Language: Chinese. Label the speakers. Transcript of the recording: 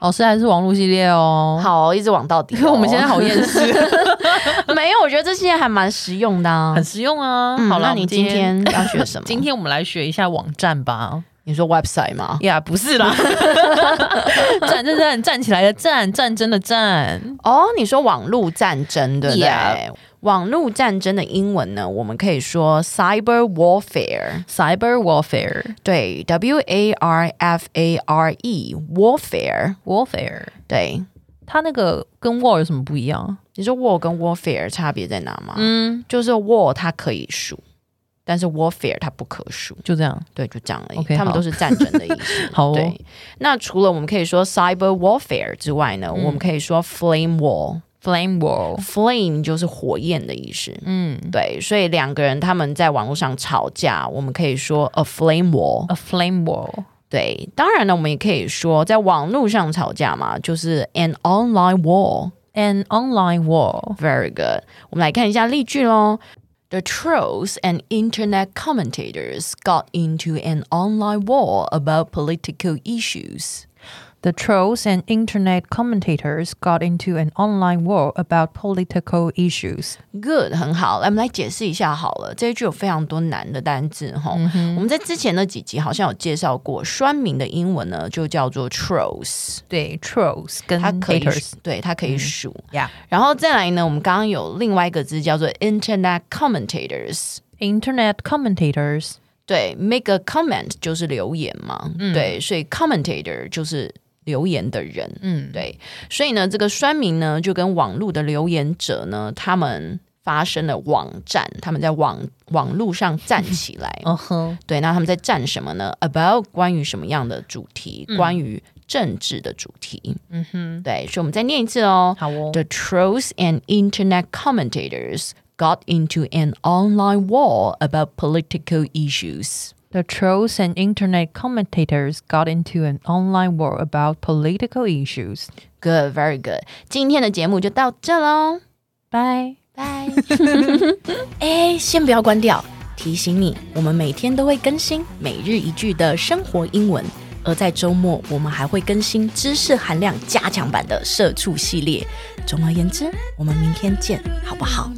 Speaker 1: 老师哦还是网络系列哦。
Speaker 2: 好，一直往到底、哦
Speaker 1: 因为我们现在好厌世，
Speaker 2: 没有，我觉得这些还蛮实用的、啊
Speaker 1: 很。实用啊。好了，
Speaker 2: 那
Speaker 1: 我
Speaker 2: 你
Speaker 1: 们
Speaker 2: 今天
Speaker 1: 天
Speaker 2: 要学什么？
Speaker 1: 今天我们来学一下网站吧。
Speaker 2: 你说 website 吗？
Speaker 1: 呀、不是啦， 站站站站起来的站，战争的战。
Speaker 2: 哦，你说网络战争对不对
Speaker 1: Yeah
Speaker 2: 网络战争的英文呢，我们可以说 cyber warfare，
Speaker 1: Cyber warfare
Speaker 2: 对，W A R F A R E warfare，
Speaker 1: warfare，
Speaker 2: 对。
Speaker 1: 它那个跟 war 有什么不一样？
Speaker 2: 你说 war 跟 warfare 差别在哪吗？
Speaker 1: 嗯，
Speaker 2: 就是 war 它可以数，但是 warfare 它不可数。
Speaker 1: 就这样。
Speaker 2: 对，就这样而已。
Speaker 1: OK，
Speaker 2: 他们
Speaker 1: 好
Speaker 2: 都是战争的意思。
Speaker 1: 好哦
Speaker 2: 对。那除了我们可以说 cyber warfare 之外呢，
Speaker 1: 嗯
Speaker 2: 我们可以说 flame war。
Speaker 1: Flame war，
Speaker 2: flame 就是火焰的意思。
Speaker 1: 嗯
Speaker 2: 对，所以两个人他们在网络上吵架，我们可以说 a flame war。
Speaker 1: ，a flame war，
Speaker 2: 对，当然呢，我们也可以说在网络上吵架嘛，就是 an online war。
Speaker 1: an online war。
Speaker 2: Very good。我们来看一下例句喽。The trolls and internet commentators got into an online war about political issues.
Speaker 1: The trolls and internet commentators got into an online war about political issues.
Speaker 2: Good，很好，来我们来解释一下好了。这一句有非常多难的单字哈、我们在之前的几集好像有介绍过，酸民的英文呢就叫做 trolls，
Speaker 1: 对，trolls 跟
Speaker 2: 它可以
Speaker 1: 嗯 haters，
Speaker 2: 对它可以数、
Speaker 1: yeah.
Speaker 2: 然后再来呢，我们刚刚有另外一个字叫做 internet commentators。
Speaker 1: Internet commentators
Speaker 2: 对，make a comment 就是留言嘛，对，所以 commentator 就是留言的人，嗯，对，所以呢，这个酸民呢就跟网络的留言者呢，他们发生了网战，他们在网网络上站 起来，
Speaker 1: 哼，
Speaker 2: 对，那他们在站什么呢？about 关于什么样的主题？关于政治的主题，嗯哼，对，所以我们再念一次哦，
Speaker 1: 好哦
Speaker 2: The trolls and internet commentators got into an online war about political issues.
Speaker 1: The trolls and internet commentators got into an online war about political issues.
Speaker 2: Good, very good. 今天的节目就到这 喽，
Speaker 1: Bye.
Speaker 2: 拜。哎，先不要关掉，提醒你，我们每天都会更新每日一句的生活英文，而在周末我们还会更新知识含量加强版的社畜系列。总而言之，我们明天见，好不好？